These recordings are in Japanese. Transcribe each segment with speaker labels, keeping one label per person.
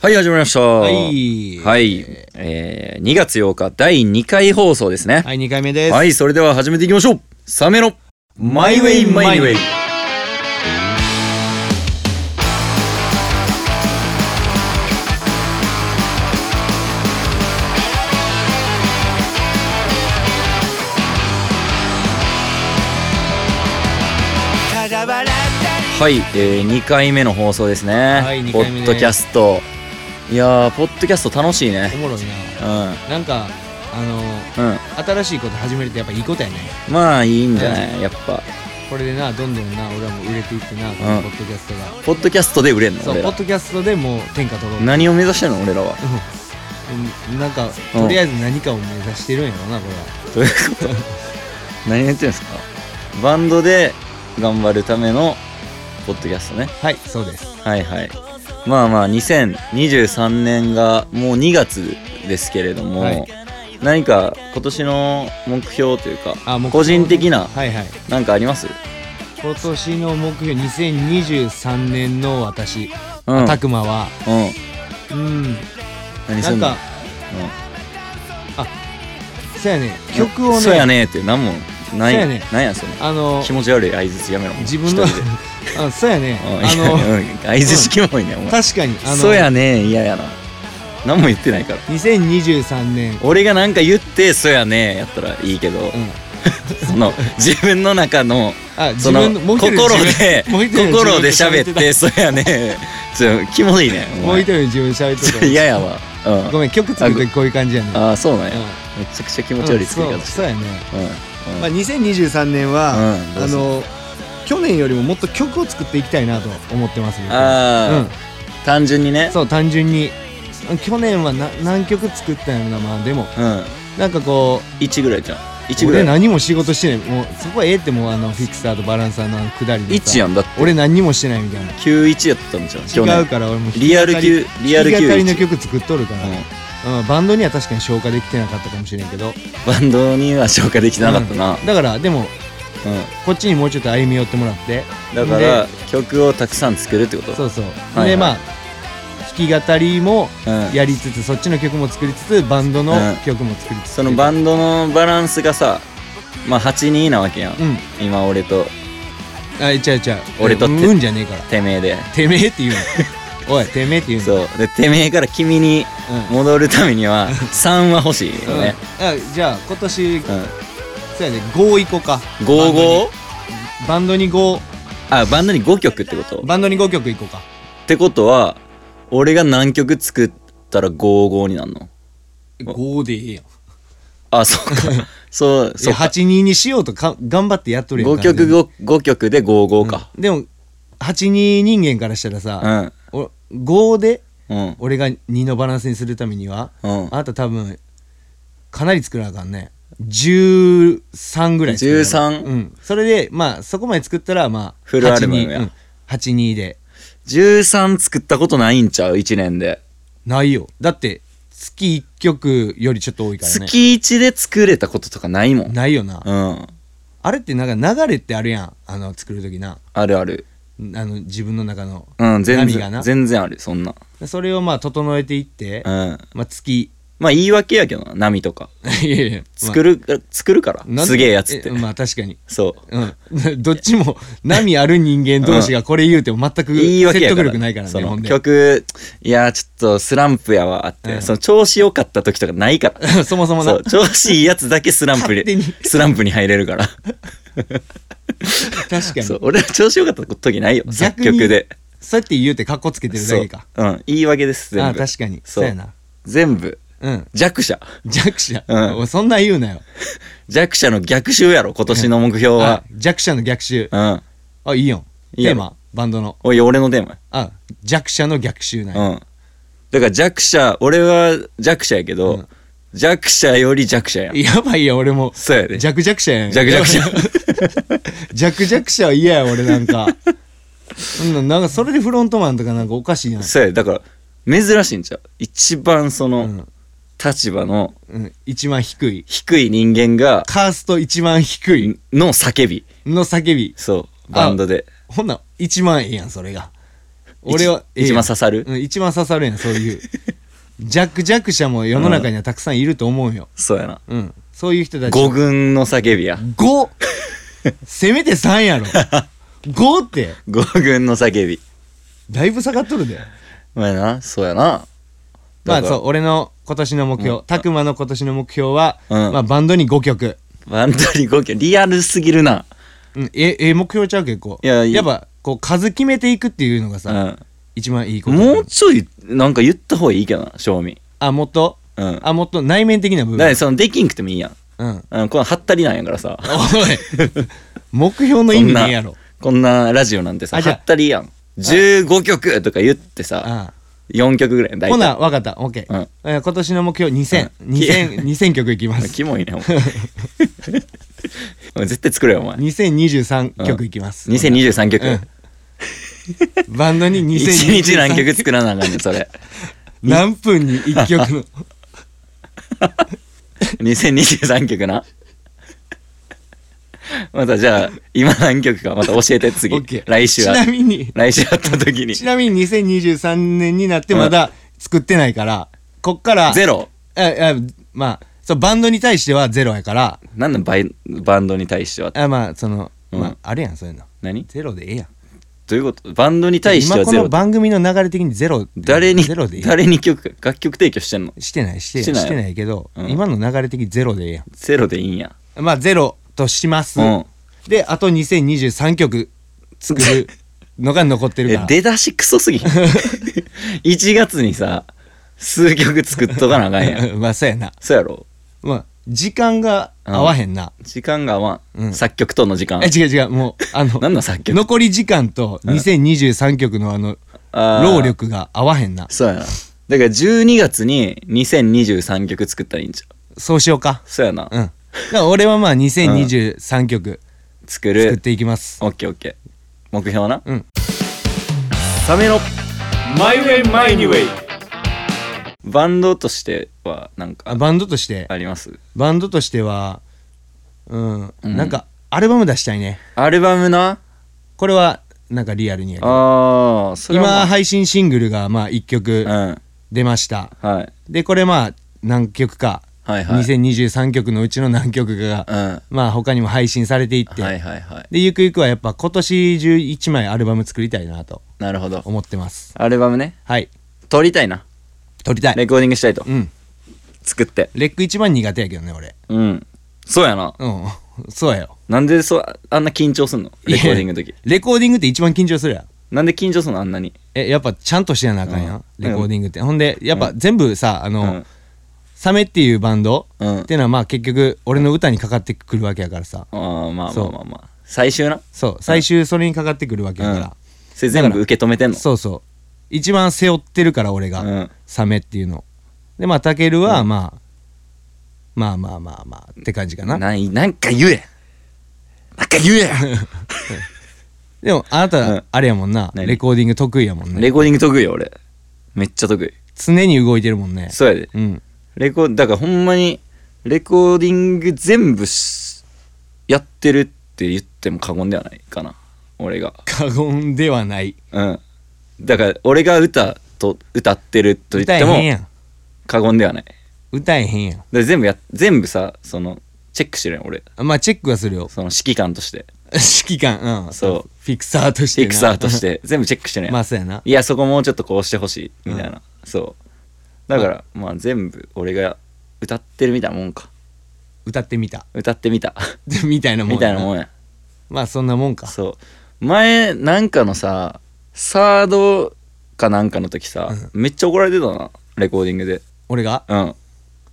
Speaker 1: はい、始まりました。
Speaker 2: はい
Speaker 1: はい。えー、2月8日、第2回放送ですね。
Speaker 2: はい、2回目です。
Speaker 1: はい、それでは始めていきましょう。サメの、マイウェイ、マイウェイ。はい、えー、2回目の放送ですね。
Speaker 2: はい二
Speaker 1: ポ
Speaker 2: 回
Speaker 1: ッ
Speaker 2: 目です
Speaker 1: ドキャスト。いやー、ポッドキャスト楽しいね
Speaker 2: お。もろい
Speaker 1: うん。
Speaker 2: な。なんか、あ
Speaker 1: うん。
Speaker 2: の、新しいこと始めるってやっぱいいことやね。
Speaker 1: まあ、いいんじゃないやっぱ。
Speaker 2: これでな、どんどんな、俺はもう売れていってな、こ
Speaker 1: う
Speaker 2: の
Speaker 1: ん
Speaker 2: ポッドキャストが。
Speaker 1: ポッドキャストで売れんの
Speaker 2: そう、
Speaker 1: 俺
Speaker 2: ポ
Speaker 1: ら
Speaker 2: ッ。ドキャストでもう天下取ろう。
Speaker 1: 何を目指してんの俺 らは。
Speaker 2: うんなんか、とりあえず何かを目指してるんやろな、こ
Speaker 1: ど
Speaker 2: れは。
Speaker 1: ういうこと何やってるんですかバンドで頑張るためのポッドキャストね
Speaker 2: はい、そうです。
Speaker 1: はいはいまあまあ2023年がもう2月ですけれども、
Speaker 2: はい
Speaker 1: 何か今年の目標というか
Speaker 2: あ、もう
Speaker 1: 個人的な
Speaker 2: はいはい。
Speaker 1: 何かあります
Speaker 2: 今年の目標、2023年の私、
Speaker 1: うんうん
Speaker 2: たくまは、うん、
Speaker 1: 何す
Speaker 2: なんん
Speaker 1: の
Speaker 2: か、そうやね、曲
Speaker 1: う
Speaker 2: を
Speaker 1: んそうや
Speaker 2: ね、
Speaker 1: ねーって何もない
Speaker 2: そうやね
Speaker 1: なんやそれ
Speaker 2: あの
Speaker 1: 気、持ち悪い相槌やめろ
Speaker 2: 自分の
Speaker 1: 一人で
Speaker 2: あそうやね
Speaker 1: うん
Speaker 2: あの
Speaker 1: うん 相槌キモいねお前
Speaker 2: 確かにあの
Speaker 1: そうやねー嫌やな何も言ってないから
Speaker 2: 2023年
Speaker 1: 俺がなんか言って「そうやね」やったらいいけど、
Speaker 2: うん
Speaker 1: その自分の中の
Speaker 2: あ
Speaker 1: そ
Speaker 2: 自
Speaker 1: の
Speaker 2: 分のもう一人の
Speaker 1: 心
Speaker 2: 自
Speaker 1: で
Speaker 2: 分もう一人の
Speaker 1: 心で喋っ
Speaker 2: 自分
Speaker 1: て「そうやね」ちょキモいね
Speaker 2: た
Speaker 1: お前
Speaker 2: もう一人の自分喋
Speaker 1: ちょ
Speaker 2: っ
Speaker 1: ってと
Speaker 2: た
Speaker 1: 嫌やわ、う
Speaker 2: ご
Speaker 1: ん、
Speaker 2: めん曲作る時こういう感じやね
Speaker 1: ああそうなんや、
Speaker 2: う
Speaker 1: めちゃくちゃ気
Speaker 2: ん
Speaker 1: 持ち悪い作り
Speaker 2: そう
Speaker 1: 方して
Speaker 2: そう
Speaker 1: る
Speaker 2: やね
Speaker 1: うん
Speaker 2: まあ2023年は
Speaker 1: うんどう
Speaker 2: あ
Speaker 1: する
Speaker 2: の去年よりももっと曲を作っていきたいなと思ってます僕は
Speaker 1: ああ、
Speaker 2: うん
Speaker 1: 単純にね
Speaker 2: そう単純に去年はな何曲作ったんやろなまあでも
Speaker 1: うん
Speaker 2: なんかこう
Speaker 1: 1ぐらいじゃん1ぐら
Speaker 2: 俺
Speaker 1: い
Speaker 2: 何も仕事してないもうそこはええってもうあのフィクサーとバランサーのあの下りでさ
Speaker 1: 1やんだって
Speaker 2: 俺何にもしてないみたいな
Speaker 1: 91やったんじゃん去
Speaker 2: 違う
Speaker 1: 年
Speaker 2: から俺も
Speaker 1: リアル級リアル
Speaker 2: 弾き
Speaker 1: 級
Speaker 2: 語り
Speaker 1: 1
Speaker 2: の曲作っとるから、うんバンドには確かに消化できてなかったかもしれんけど
Speaker 1: バンドには消化できてなかったな、
Speaker 2: だからでも
Speaker 1: うん、
Speaker 2: こっちにもうちょっと歩み寄ってもらって
Speaker 1: だから曲をたくさん作るってこと
Speaker 2: そうそう、
Speaker 1: はいはい
Speaker 2: でまあ弾き語りも
Speaker 1: うん
Speaker 2: やりつつそっちの曲も作りつつバンドの
Speaker 1: うん
Speaker 2: 曲も作りつつ、
Speaker 1: そのバンドのバランスがさまあ82なわけやん
Speaker 2: うん
Speaker 1: 今俺と
Speaker 2: あいちゃうちゃう
Speaker 1: 俺とって
Speaker 2: うんうんじゃねえから
Speaker 1: てめえで
Speaker 2: てめえって言う のおいてめえって言うの
Speaker 1: そうでてめえから君に
Speaker 2: うん
Speaker 1: 戻るためには3は欲しいよ
Speaker 2: うん
Speaker 1: ね
Speaker 2: あじゃあ今年、
Speaker 1: うん
Speaker 2: そうやね5行こうか
Speaker 1: 5 5
Speaker 2: バンドに5
Speaker 1: あバンドに5曲ってことっ
Speaker 2: バンドに5曲行こうか
Speaker 1: てことは俺が何曲作ったら55になんの
Speaker 2: 5でええやん
Speaker 1: あそう かそう
Speaker 2: い
Speaker 1: そ
Speaker 2: や
Speaker 1: うか
Speaker 2: 82にしようとか頑張ってやっとるやん
Speaker 1: 5曲 5, 5曲で55か
Speaker 2: でも82人間からしたら
Speaker 1: う
Speaker 2: さ、
Speaker 1: ん
Speaker 2: お5で
Speaker 1: うん
Speaker 2: 俺が2のバランスにするためには、
Speaker 1: うん
Speaker 2: あなた多分かなり作らなあかんね13ぐらい作らなあか
Speaker 1: 13
Speaker 2: んうん、それでまあそこまで作ったらまあ
Speaker 1: フルアルバムや
Speaker 2: 82うん82で
Speaker 1: 13作ったことないんちゃう1年で
Speaker 2: ないよだって月1曲よりちょっと多いからね
Speaker 1: 月1で作れたこととかないもん
Speaker 2: ないよな、
Speaker 1: うん
Speaker 2: あれってなんか流れってあるやんあの作る時な
Speaker 1: あるある
Speaker 2: あの自分の中の
Speaker 1: うん全
Speaker 2: 波が
Speaker 1: 然
Speaker 2: な
Speaker 1: 全然あるそんな
Speaker 2: それをまあ整えていって、
Speaker 1: うん
Speaker 2: まあ月
Speaker 1: まあ言い訳やけどな波とか
Speaker 2: いやいや
Speaker 1: 作る、作るからすげえやつって
Speaker 2: まあ確かに
Speaker 1: そう
Speaker 2: うん どっちも波ある人間同士がこれ言うても全く
Speaker 1: 言い訳や
Speaker 2: 説
Speaker 1: か
Speaker 2: 得
Speaker 1: ら
Speaker 2: 力ないから
Speaker 1: そ
Speaker 2: ねほん
Speaker 1: の
Speaker 2: で
Speaker 1: 曲いやーちょっとスランプやわって、
Speaker 2: うん
Speaker 1: その調子良かった時とかない から
Speaker 2: そもそも
Speaker 1: そ
Speaker 2: な
Speaker 1: う調子いいやつだけスランプ
Speaker 2: 勝手
Speaker 1: に
Speaker 2: に
Speaker 1: スランプに入れるから
Speaker 2: 確かに
Speaker 1: そう俺は調子良かった時ないよ作
Speaker 2: 逆に
Speaker 1: 曲で
Speaker 2: そうやって言うてカッコつけてるだけか
Speaker 1: そううん言い訳です全部
Speaker 2: ああ確かに
Speaker 1: そ
Speaker 2: そううやな
Speaker 1: 全部
Speaker 2: うん
Speaker 1: 弱者
Speaker 2: 弱者
Speaker 1: うん
Speaker 2: おいそんなん言うなよ
Speaker 1: 弱者の逆襲やろ今年の目標
Speaker 2: あ
Speaker 1: は
Speaker 2: 弱者の逆襲
Speaker 1: うん
Speaker 2: あいいよ
Speaker 1: いいや
Speaker 2: テー
Speaker 1: ろ
Speaker 2: マバンドの
Speaker 1: おい俺のテーマ
Speaker 2: あ弱者の逆襲なんや
Speaker 1: うん。だから弱者、俺は弱者やけど、
Speaker 2: うん
Speaker 1: 弱者より弱者やん。
Speaker 2: やばいや俺も
Speaker 1: そうやで。
Speaker 2: 弱々者やん
Speaker 1: 弱々 者。
Speaker 2: 弱々者は嫌や俺なんかうんなんかそれでフロントマンとかなんかおかしいやん、
Speaker 1: そうやで。だから、珍しいんちゃう一番その、
Speaker 2: うん
Speaker 1: 立場の
Speaker 2: うん、一番低い
Speaker 1: 低い人間が、
Speaker 2: カースト一番低い
Speaker 1: の叫び。
Speaker 2: の叫び
Speaker 1: そう。
Speaker 2: あ
Speaker 1: バンドで。
Speaker 2: ほんな一番ええやんそれが俺はええ
Speaker 1: 一
Speaker 2: やん
Speaker 1: 番刺さる、
Speaker 2: うん、一番刺さるやんそういう弱弱者も世の中にはたくさんいると思うよ、
Speaker 1: そうやな
Speaker 2: うん、そういう人たち
Speaker 1: 五軍の叫びや
Speaker 2: 5せめて3やろ5って
Speaker 1: 五軍の叫び
Speaker 2: だいぶ下がっとるで
Speaker 1: まあなそうやな
Speaker 2: ま
Speaker 1: だか
Speaker 2: あ
Speaker 1: ら
Speaker 2: そう俺の今年の目標拓磨、の今年の目標は、
Speaker 1: うん
Speaker 2: まあ、バンドに5曲、
Speaker 1: バンドに5曲リアルすぎるな
Speaker 2: うん、ええ目標ちゃう結構
Speaker 1: いやいい
Speaker 2: っぱこう数決めていくっていうのが
Speaker 1: う
Speaker 2: さ、
Speaker 1: ん
Speaker 2: 一番いいこと
Speaker 1: もうちょいなんか言った方がいいけどな正味
Speaker 2: あもっと
Speaker 1: うんだか
Speaker 2: あもっと内面的な部分
Speaker 1: らそのできんくてもいいやん、
Speaker 2: うん
Speaker 1: うん、このハったりなんやからさ
Speaker 2: おい目標の意味ねえやろ
Speaker 1: こんなラジオなんてさ
Speaker 2: あじ
Speaker 1: ハ
Speaker 2: ゃあ
Speaker 1: ったりやん15曲とか言ってさ
Speaker 2: あ
Speaker 1: 4曲ぐらいやん
Speaker 2: あ
Speaker 1: 大
Speaker 2: ほ
Speaker 1: 体
Speaker 2: な分かった OK、
Speaker 1: うん
Speaker 2: えー今年の目標20002000、
Speaker 1: うん
Speaker 2: 2000 2000曲いきます
Speaker 1: キモいねお前 お前絶対作れよお前
Speaker 2: 2023曲いきます、
Speaker 1: 2023曲、
Speaker 2: うんバンドに
Speaker 1: 一
Speaker 2: 2023
Speaker 1: 日何曲作らなあかんねんそれ
Speaker 2: 何分に1曲の
Speaker 1: 2023曲な またじゃあ今何曲かまた教えて次
Speaker 2: OK
Speaker 1: 来週
Speaker 2: ち
Speaker 1: は
Speaker 2: なみに
Speaker 1: 来週会った時に
Speaker 2: ちなみに2023年になってまだ作ってないからこっから
Speaker 1: ゼロ
Speaker 2: ああまあそうバンドに対してはゼロやから
Speaker 1: なんなんバイバンドに対しては
Speaker 2: あまあその、
Speaker 1: うん
Speaker 2: まああれやんそういうの
Speaker 1: 何
Speaker 2: ゼロでええやん
Speaker 1: どういうことバンドに対しては
Speaker 2: 今こ
Speaker 1: ゼ
Speaker 2: の
Speaker 1: ロ
Speaker 2: 番組の流れ的にゼロで
Speaker 1: 誰に
Speaker 2: ゼロでええやん
Speaker 1: 誰に曲楽曲提供してんの
Speaker 2: してないして
Speaker 1: して
Speaker 2: して
Speaker 1: な
Speaker 2: ないいけど、
Speaker 1: うん
Speaker 2: 今の流れ的にゼロでええや
Speaker 1: ゼロでいいんや
Speaker 2: んまあゼロとします、
Speaker 1: うん
Speaker 2: であと2023曲作る のが残ってる
Speaker 1: え
Speaker 2: から
Speaker 1: 出だしクソすぎん 1月にさ数曲作っとかなあかんや ん
Speaker 2: まあそうやな
Speaker 1: そうやろ
Speaker 2: まあ時間が合わへんな、
Speaker 1: 時間が合わん、
Speaker 2: うん
Speaker 1: 作曲との時間
Speaker 2: え違う違うもうあの
Speaker 1: なんなん作曲
Speaker 2: 残り時間と2023曲のあの
Speaker 1: あー
Speaker 2: 労力が合わへんな
Speaker 1: そうやなだから12月に2023曲作ったらいいんちゃう
Speaker 2: そうしようか
Speaker 1: そうやな、
Speaker 2: うんだから俺はまあ2023曲
Speaker 1: 作
Speaker 2: 作っ
Speaker 1: る
Speaker 2: ていきます、
Speaker 1: オッケーオッケー目標な、
Speaker 2: うん
Speaker 1: サメの
Speaker 3: My way, my new way.
Speaker 1: バンドとしてはなん
Speaker 2: あ
Speaker 1: か
Speaker 2: バンドとして
Speaker 1: あります
Speaker 2: バンドとしてはうん、
Speaker 1: うん
Speaker 2: なんかアルバム出したいね
Speaker 1: アルバムな
Speaker 2: これはなんかリアルにやる
Speaker 1: ああそれ
Speaker 2: 今
Speaker 1: は、
Speaker 2: 配信シングルがまあ1曲
Speaker 1: まあ、
Speaker 2: 出ました、
Speaker 1: うんはい
Speaker 2: でこれまあ何曲か、
Speaker 1: はいはい
Speaker 2: 2023曲のうちの何曲かが、
Speaker 1: うんは
Speaker 2: まあ他にも配信されていって、
Speaker 1: いはいはい
Speaker 2: でゆくゆくはやっぱ今年中1枚アルバム作りたいなと
Speaker 1: なるほど
Speaker 2: 思ってます
Speaker 1: アルバムね
Speaker 2: はい
Speaker 1: 撮りたいな
Speaker 2: 撮りたい
Speaker 1: レコーディングしたいと
Speaker 2: うん
Speaker 1: 作って
Speaker 2: レック一番苦手やけどね俺
Speaker 1: うんそうやな
Speaker 2: うんそうやよ
Speaker 1: なんでそうあんな緊張すんのレコーディングの時
Speaker 2: レコーディングって一番緊張するやん
Speaker 1: なんで緊張すんのあんなに
Speaker 2: えやっぱちゃんとしてなあかんやん、
Speaker 1: うん
Speaker 2: レコーディングってほんでやっぱ全部さあ
Speaker 1: う
Speaker 2: の、
Speaker 1: ん
Speaker 2: サメっていうバンド
Speaker 1: うん
Speaker 2: ってのはまあ結局俺の歌にかかってくるわけやからさ
Speaker 1: あーまあま
Speaker 2: そ
Speaker 1: あ
Speaker 2: う
Speaker 1: まあまあ最終な
Speaker 2: そう最終それにかかってくるわけやから、
Speaker 1: それ全部受け止めてんの
Speaker 2: そうそう一番背負ってるから俺が、
Speaker 1: うん
Speaker 2: サメっていうのでまあタケルはまあ、まあまあまあまあって感じかな
Speaker 1: ないなんか言えなんか言え
Speaker 2: でもあな
Speaker 1: うん
Speaker 2: たあれやもんな、
Speaker 1: 何
Speaker 2: レコーディング得意やもんね
Speaker 1: レコーディング得意よ俺めっちゃ得意
Speaker 2: 常に動いてるもんね
Speaker 1: そうやで
Speaker 2: うん
Speaker 1: レコーだからほんまにレコーディング全部しやってるって言っても過言ではないかな俺が
Speaker 2: 過言ではない
Speaker 1: うんだから俺が歌と歌ってると言
Speaker 2: 歌
Speaker 1: っ
Speaker 2: え
Speaker 1: ても
Speaker 2: へんやん
Speaker 1: 過言ではないだか
Speaker 2: 歌えへんやん
Speaker 1: ら全部や全部さそのチェックしてるやん俺
Speaker 2: あまあチェックはするよ
Speaker 1: その指揮官として
Speaker 2: 指揮官うん
Speaker 1: そう
Speaker 2: フィクサーとして
Speaker 1: フ
Speaker 2: な
Speaker 1: ィクサーとして全部チェックしてるやん
Speaker 2: まあそうやない
Speaker 1: やそこもうちょっとこうしてほしいみたいな、そうだからまあ全部俺が歌ってるみたいなもんか
Speaker 2: 歌ってみた
Speaker 1: 歌ってみた
Speaker 2: みたいなもん
Speaker 1: みたいなもんや
Speaker 2: まあそんなもんか
Speaker 1: そう前なんかのさサードかなんかの時さ、めっちゃ怒られてたなレコーディングで
Speaker 2: 俺が
Speaker 1: うん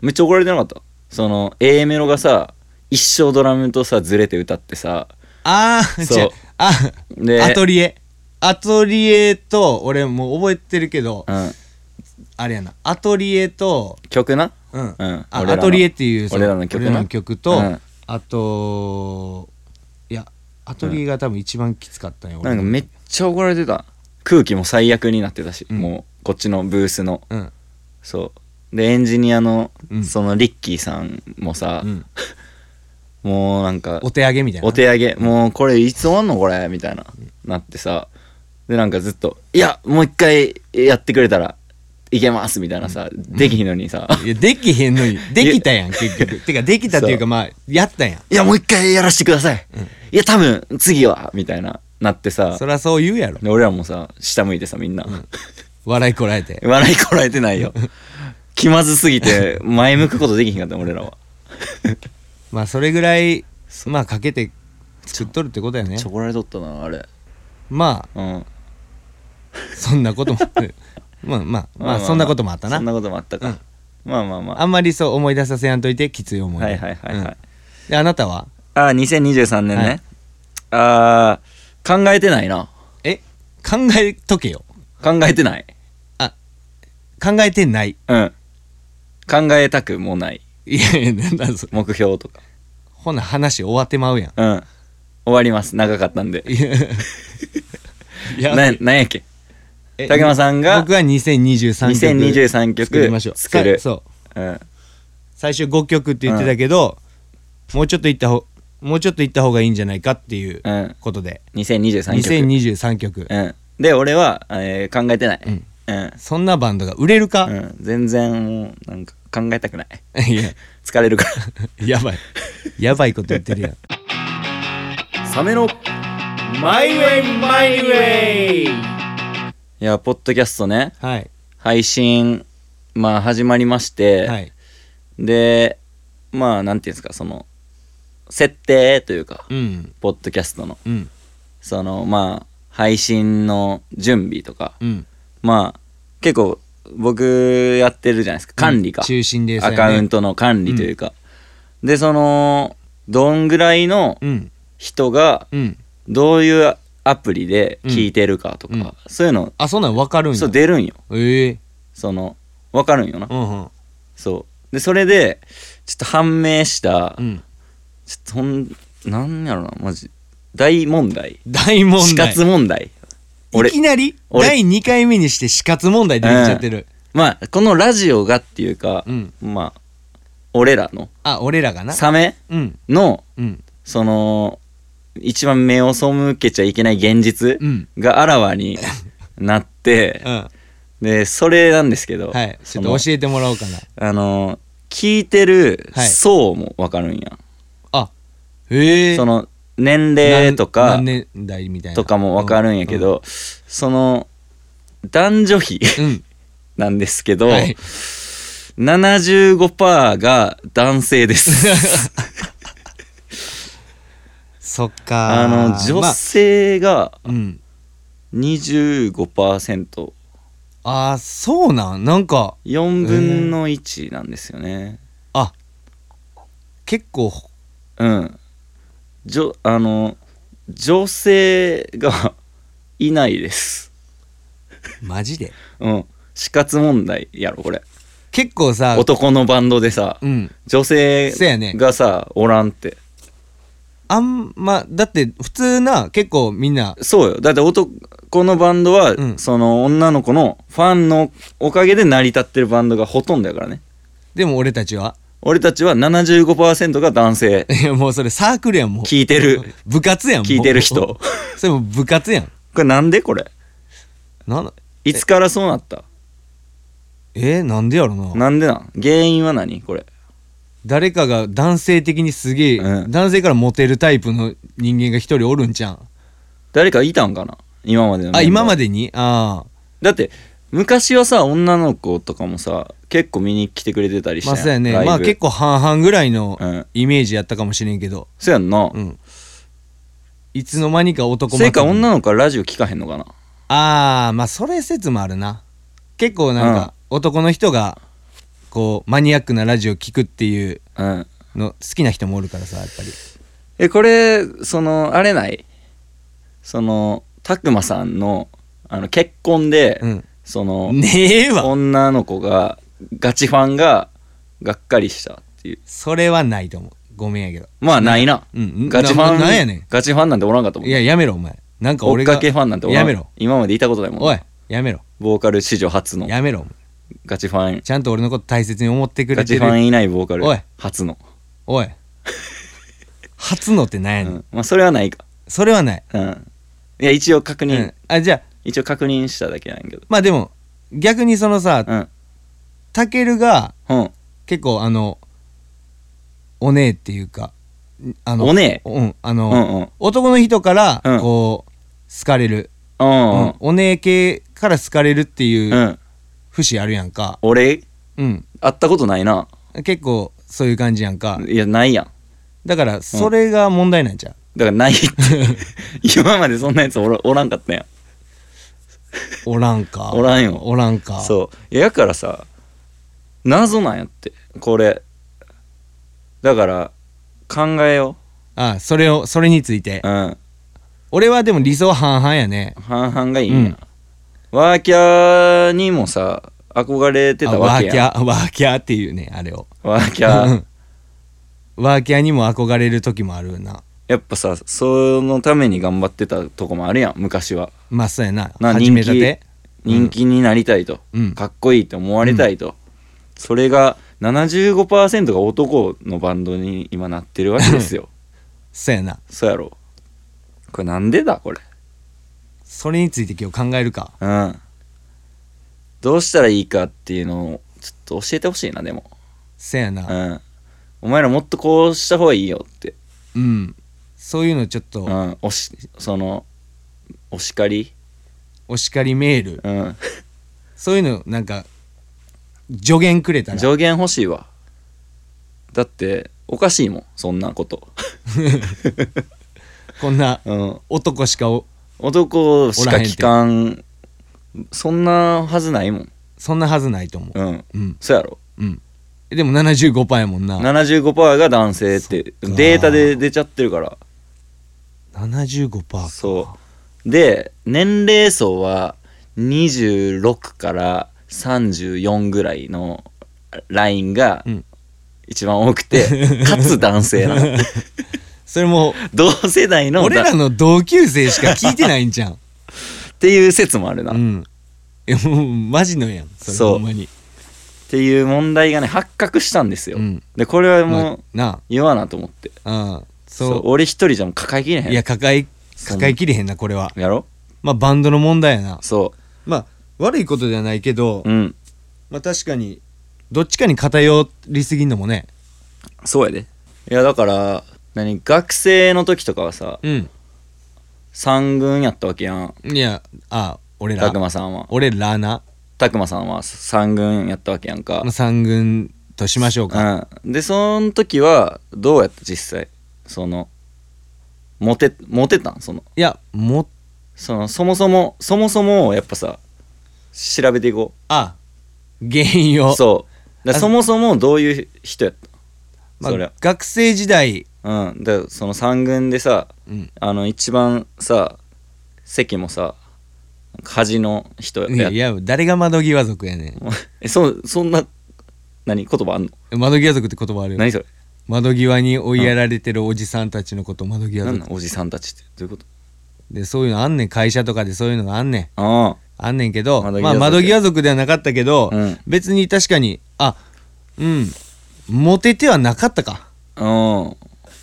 Speaker 1: めっちゃ怒られてなかったその A メロがさ一生ドラムとさずれて歌ってさ
Speaker 2: ああ
Speaker 1: そう
Speaker 2: 違うあ
Speaker 1: で
Speaker 2: アトリエアトリエと俺もう覚えてるけど
Speaker 1: うん
Speaker 2: あれやなアトリエと
Speaker 1: 曲な
Speaker 2: うん、
Speaker 1: うん俺
Speaker 2: あ
Speaker 1: らの
Speaker 2: アトリエっていうそ
Speaker 1: 俺らの曲な
Speaker 2: 俺らの曲と、
Speaker 1: うん
Speaker 2: あといやアトリエが多分一番きつかったよ、俺
Speaker 1: なんかめっちゃ怒られてた空気も最悪になってたし、
Speaker 2: うん
Speaker 1: もうこっちのブースの
Speaker 2: うん
Speaker 1: そうでエンジニアの、
Speaker 2: うん
Speaker 1: そのリッキーさんもさ、
Speaker 2: うん
Speaker 1: もうなんか
Speaker 2: お手上げみたいな
Speaker 1: お手上げもうこれいつ終わんのこれみたいな、なってさでなんかずっと「いやもう一回やってくれたらいけます」みたいなさ、できひんのにさ
Speaker 2: いやできへんのにできたやん結局てかできたっていうかまあやったやん
Speaker 1: 「いやもう一回やらせてください」いや多分次は」みたいななってさ
Speaker 2: そりゃそう言うやろ
Speaker 1: で俺らもさ下向いてさみんな、
Speaker 2: 笑いこらえて
Speaker 1: 笑いこらえて ないよ気まずすぎて前向くことできひんかった俺らは
Speaker 2: まあそれぐらいまあかけて作っとるってことやね
Speaker 1: チョコラれとったなあれ
Speaker 2: ま
Speaker 1: うん
Speaker 2: あそんなことも まあまあまあそんなこともあったな
Speaker 1: そんなこともあったか、まあまあまあ
Speaker 2: あんまりそう思い出させやんといてきつい思い出
Speaker 1: はいはいはいはい
Speaker 2: うんであなたは
Speaker 1: ああ2023年ね、ああ考えてないな
Speaker 2: え考えとけよ
Speaker 1: 考えてない
Speaker 2: 考えてない
Speaker 1: うん考えたくもない
Speaker 2: いやいやなんだそれ
Speaker 1: 目標とか
Speaker 2: ほな話終わってまうやん
Speaker 1: うん終わります長かったんで
Speaker 2: いやいや
Speaker 1: な なんやっけ
Speaker 2: え
Speaker 1: 竹山さんが
Speaker 2: 僕は2023曲
Speaker 1: 2023曲
Speaker 2: 作りましょう
Speaker 1: 作る
Speaker 2: さそう
Speaker 1: うん
Speaker 2: 最初5曲って言ってたけど、もうちょっといったほもうちょっといった方がいいんじゃないかっていう
Speaker 1: うん
Speaker 2: ことで、
Speaker 1: 2023曲
Speaker 2: 2023曲、
Speaker 1: うんで俺は、えー考えてない
Speaker 2: うん
Speaker 1: うん
Speaker 2: そんなバンドが売れるか、
Speaker 1: うん、全然もうなんか考えたくない
Speaker 2: いや
Speaker 1: 疲れるか
Speaker 2: やばいやばいこと言ってるやん
Speaker 1: らサメの
Speaker 3: My way, my way.
Speaker 1: いやポッドキャストね
Speaker 2: はい
Speaker 1: 配信まあ始まりまして、
Speaker 2: はい
Speaker 1: でまあなんていうんですかその設定というか、
Speaker 2: うん
Speaker 1: ポッドキャストの
Speaker 2: うん
Speaker 1: そのまあ配信の準備とか、
Speaker 2: うん
Speaker 1: まあ結構僕やってるじゃないですか管理か、
Speaker 2: 中心です
Speaker 1: アカウントの管理というか、でそのどんぐらいの
Speaker 2: うん
Speaker 1: 人が
Speaker 2: うん
Speaker 1: どういうアプリで聞いてるかとか、
Speaker 2: うんうん
Speaker 1: そういうの、
Speaker 2: あそんなん分かるんや
Speaker 1: そう出るんよ
Speaker 2: ええ
Speaker 1: その分かるんよな、
Speaker 2: うんうん
Speaker 1: そうでそれでちょっと判明した、
Speaker 2: うん
Speaker 1: ちょっとほんなんやろなマジ大問題
Speaker 2: 大問
Speaker 1: 死
Speaker 2: 題
Speaker 1: 活問題
Speaker 2: いきなり
Speaker 1: 俺
Speaker 2: 第2回目にして死活問題出てきちゃってる、
Speaker 1: まあこのラジオがっていうか、
Speaker 2: うん
Speaker 1: まあ俺らの
Speaker 2: あ俺らがな
Speaker 1: サメ
Speaker 2: うん
Speaker 1: の
Speaker 2: うん
Speaker 1: その一番目を背けちゃいけない現実
Speaker 2: うん
Speaker 1: があらわになって
Speaker 2: う、ん
Speaker 1: でそれなんですけど、
Speaker 2: はいちょっ
Speaker 1: その
Speaker 2: と教えてもらおうかな
Speaker 1: あの聞いてる
Speaker 2: はい
Speaker 1: 層もわかるんや、
Speaker 2: あへえ
Speaker 1: その年齢とか
Speaker 2: 何何年代みたいな
Speaker 1: とかもわかるんやけど、その男女比
Speaker 2: うん、うん
Speaker 1: なんですけど、
Speaker 2: はい
Speaker 1: 75%が男性 です。
Speaker 2: そっか
Speaker 1: あの女性が
Speaker 2: まあうん
Speaker 1: 25%、
Speaker 2: あーそうなんなんか
Speaker 1: 4分の1なんですよね。
Speaker 2: あ結構
Speaker 1: うん。じょあの女性が いないです。
Speaker 2: マジで
Speaker 1: うん。死活問題やろこれ。
Speaker 2: 結構さ
Speaker 1: 男のバンドでさ、
Speaker 2: うん
Speaker 1: 女性
Speaker 2: そうやね
Speaker 1: がさ、おらんって。
Speaker 2: あんまだって普通な結構みんな
Speaker 1: そうよだって男のバンドは、
Speaker 2: うん
Speaker 1: その女の子のファンのおかげで成り立ってるバンドがほとんどやからね
Speaker 2: でも俺たちは
Speaker 1: 俺たちは75%が男性
Speaker 2: いやもうそれサークルやんもう
Speaker 1: 聞いてる
Speaker 2: 部活やんもう
Speaker 1: 聞いてる人こ
Speaker 2: それもう部活やん
Speaker 1: れなんでこれ
Speaker 2: なん
Speaker 1: いつからそうなった
Speaker 2: えー、なんでやろな
Speaker 1: なんでなん原因は何これ
Speaker 2: 誰かが男性的にすげえ、
Speaker 1: うん
Speaker 2: 男性からモテるタイプの人間が一人おるんじゃん
Speaker 1: 誰かいたんかな今までのメンバ
Speaker 2: あ
Speaker 1: ー
Speaker 2: 今までにああ
Speaker 1: だって昔はさ女の子とかもさ結構見に来てくれてたりして
Speaker 2: まあそうやね
Speaker 1: ライブ
Speaker 2: まあ結構半々ぐらいの
Speaker 1: うん
Speaker 2: イメージやったかもしれんけど
Speaker 1: そうやんな、
Speaker 2: うんいつの間にか男
Speaker 1: せいか
Speaker 2: またぎ
Speaker 1: 女の子はラジオ聞かへんのかな
Speaker 2: ああまあそれ説もあるな結構なんか男の人がこうマニアックなラジオ聞くっていう
Speaker 1: うん
Speaker 2: の好きな人もおるからさやっぱり
Speaker 1: えこれそのあれないそのたくまさんのあの結婚で、
Speaker 2: う
Speaker 1: その
Speaker 2: んねえわ
Speaker 1: 女の子がガチファンががっかりしたっていう
Speaker 2: それはないと思うごめんやけど
Speaker 1: まあないな、
Speaker 2: うん
Speaker 1: ガチフ
Speaker 2: な
Speaker 1: ァン
Speaker 2: ななんやねん
Speaker 1: ガチファンなんておらんかと思う
Speaker 2: いややめろお前なんか
Speaker 1: 追
Speaker 2: 俺
Speaker 1: っ
Speaker 2: が
Speaker 1: かけファンなんておらん
Speaker 2: やめろ
Speaker 1: 今までいたことないもん
Speaker 2: おいやめろ
Speaker 1: ボーカル史上初の
Speaker 2: やめろお前
Speaker 1: ガチファン
Speaker 2: ちゃんと俺のこと大切に思ってく
Speaker 1: ガ
Speaker 2: れ
Speaker 1: チ
Speaker 2: て
Speaker 1: ファ
Speaker 2: る
Speaker 1: ンいないボーカル
Speaker 2: おい
Speaker 1: 初の、
Speaker 2: おい初のってなん
Speaker 1: う
Speaker 2: やねん、
Speaker 1: ん、まあそれはないか
Speaker 2: それはない、
Speaker 1: うんいや一応確
Speaker 2: う
Speaker 1: 認
Speaker 2: ん、あじゃあ
Speaker 1: 一応確認しただけなんやけど
Speaker 2: まあでも逆にそのさ
Speaker 1: うん
Speaker 2: たけるが
Speaker 1: うん
Speaker 2: 結構あのお姉っていうかあの
Speaker 1: おね
Speaker 2: うんあの、
Speaker 1: うんうん
Speaker 2: 男の人から
Speaker 1: うん
Speaker 2: こう、好かれる、
Speaker 1: うん
Speaker 2: うんお姉系から好かれるっていううん節あるやんか、
Speaker 1: 俺
Speaker 2: うん
Speaker 1: 会ったことないな
Speaker 2: 結構そういう感じやんか
Speaker 1: いやないやん
Speaker 2: だからそれが問題なんちゃう、
Speaker 1: だからない って今までそんなやつおらおらんかったやん
Speaker 2: おらんか
Speaker 1: おらんよ
Speaker 2: おらんか
Speaker 1: そういややからさ謎なんやってこれだから考えよ
Speaker 2: あそれをそれについて
Speaker 1: ううん
Speaker 2: 俺はでも理想半々やね
Speaker 1: 半々がいいんや、ワーキャーにもさ憧れて
Speaker 2: あ
Speaker 1: たわ
Speaker 2: ワ
Speaker 1: け
Speaker 2: ーキ
Speaker 1: や
Speaker 2: ャーワーキャーっていうねあれを
Speaker 1: んワーキャー
Speaker 2: うんワーキャーにも憧れる時もあるな
Speaker 1: やっぱさそのために頑張ってたとこもあるやん昔は
Speaker 2: まあそうやな
Speaker 1: な
Speaker 2: 始めたて
Speaker 1: 人気になりたいと、
Speaker 2: うん
Speaker 1: かっこいいって思われたいと、それが75%が男のバンドに今なってるわけですよ
Speaker 2: そうやな
Speaker 1: そうやろこれなんでだこれ
Speaker 2: それについて今日考えるか
Speaker 1: うんどうしたらいいかっていうのをちょっと教えてほしいなでも
Speaker 2: そうや
Speaker 1: う
Speaker 2: な、
Speaker 1: んお前らもっとこうした方がいいよって
Speaker 2: うんそういうのちょっ
Speaker 1: う
Speaker 2: と
Speaker 1: んおしそのお叱り
Speaker 2: お叱りメール、
Speaker 1: うん
Speaker 2: そういうのなんか助言くれたら
Speaker 1: 上限欲しいわだっておかしいもんそんなこと
Speaker 2: こんな
Speaker 1: うん
Speaker 2: 男しかお
Speaker 1: 男しか聞かんそんなはずないもん
Speaker 2: そんなはずないと思う
Speaker 1: うん
Speaker 2: うん
Speaker 1: そうやろ
Speaker 2: うんでも75%やもんな
Speaker 1: 75%が男性って
Speaker 2: そっか
Speaker 1: データで出ちゃってるから
Speaker 2: 75%か
Speaker 1: そうで年齢層は26から34ぐらいのラインが
Speaker 2: うん
Speaker 1: 一番多く て、かつ男性なの
Speaker 2: それも
Speaker 1: 同世代の
Speaker 2: 俺
Speaker 1: だ
Speaker 2: らの同級生しか聞いてないんじゃん
Speaker 1: っていう説もある な、
Speaker 2: う
Speaker 1: っ
Speaker 2: んいやもうマジのやんそれ
Speaker 1: そう
Speaker 2: ほんまに
Speaker 1: ていう問題がね発覚したんですよ、
Speaker 2: うん
Speaker 1: でこれは
Speaker 2: ま
Speaker 1: も
Speaker 2: あ
Speaker 1: う
Speaker 2: な
Speaker 1: 言わなと思って、
Speaker 2: あうん
Speaker 1: そう
Speaker 2: そ
Speaker 1: 俺一人じゃもう抱えきれへ
Speaker 2: うんいや抱え
Speaker 1: そう
Speaker 2: 抱えきれへんなこれは
Speaker 1: やろ
Speaker 2: まあバンドの問題やな
Speaker 1: そ
Speaker 2: まあ悪いことではないけど
Speaker 1: ううん
Speaker 2: まあ確かにどっちかに偏りすぎんのもね
Speaker 1: そうやでいやだから何学生の時とかはさ
Speaker 2: うん
Speaker 1: 三軍やったわけやん
Speaker 2: いやあ俺ら
Speaker 1: 拓磨さんは
Speaker 2: 俺らな
Speaker 1: 拓磨さんは三軍やったわけやんか
Speaker 2: まあ、三軍としましょうか
Speaker 1: うん、でその時はどうやった実際そのモテモテたんその
Speaker 2: いやも
Speaker 1: そのそもそもそもそもやっぱさ調べていこ
Speaker 2: あ原因
Speaker 1: う
Speaker 2: を
Speaker 1: そうだ
Speaker 2: あ
Speaker 1: そもそもどういう人やった
Speaker 2: ま
Speaker 1: そり
Speaker 2: あ
Speaker 1: ゃ、
Speaker 2: 学生時代、
Speaker 1: うんでその三軍でさ
Speaker 2: うん、
Speaker 1: あの一番さ席もさ端の人
Speaker 2: い
Speaker 1: や
Speaker 2: や
Speaker 1: っ
Speaker 2: いや誰が窓際族やねん
Speaker 1: えそそんな何言葉あんの
Speaker 2: 窓際族って言葉あるよ
Speaker 1: 何それ
Speaker 2: 窓際に追いやられてるおじさんたちのこと窓際
Speaker 1: 何
Speaker 2: 族
Speaker 1: なんおじさんたちってどういうこと
Speaker 2: でそういうのあんねん会社とかでそういうのがあんねん
Speaker 1: あ
Speaker 2: あんねんけど
Speaker 1: 窓際族
Speaker 2: まあ窓際族ではなかったけど、
Speaker 1: うん
Speaker 2: 別に確かにあうんモテてはなかったか
Speaker 1: あうん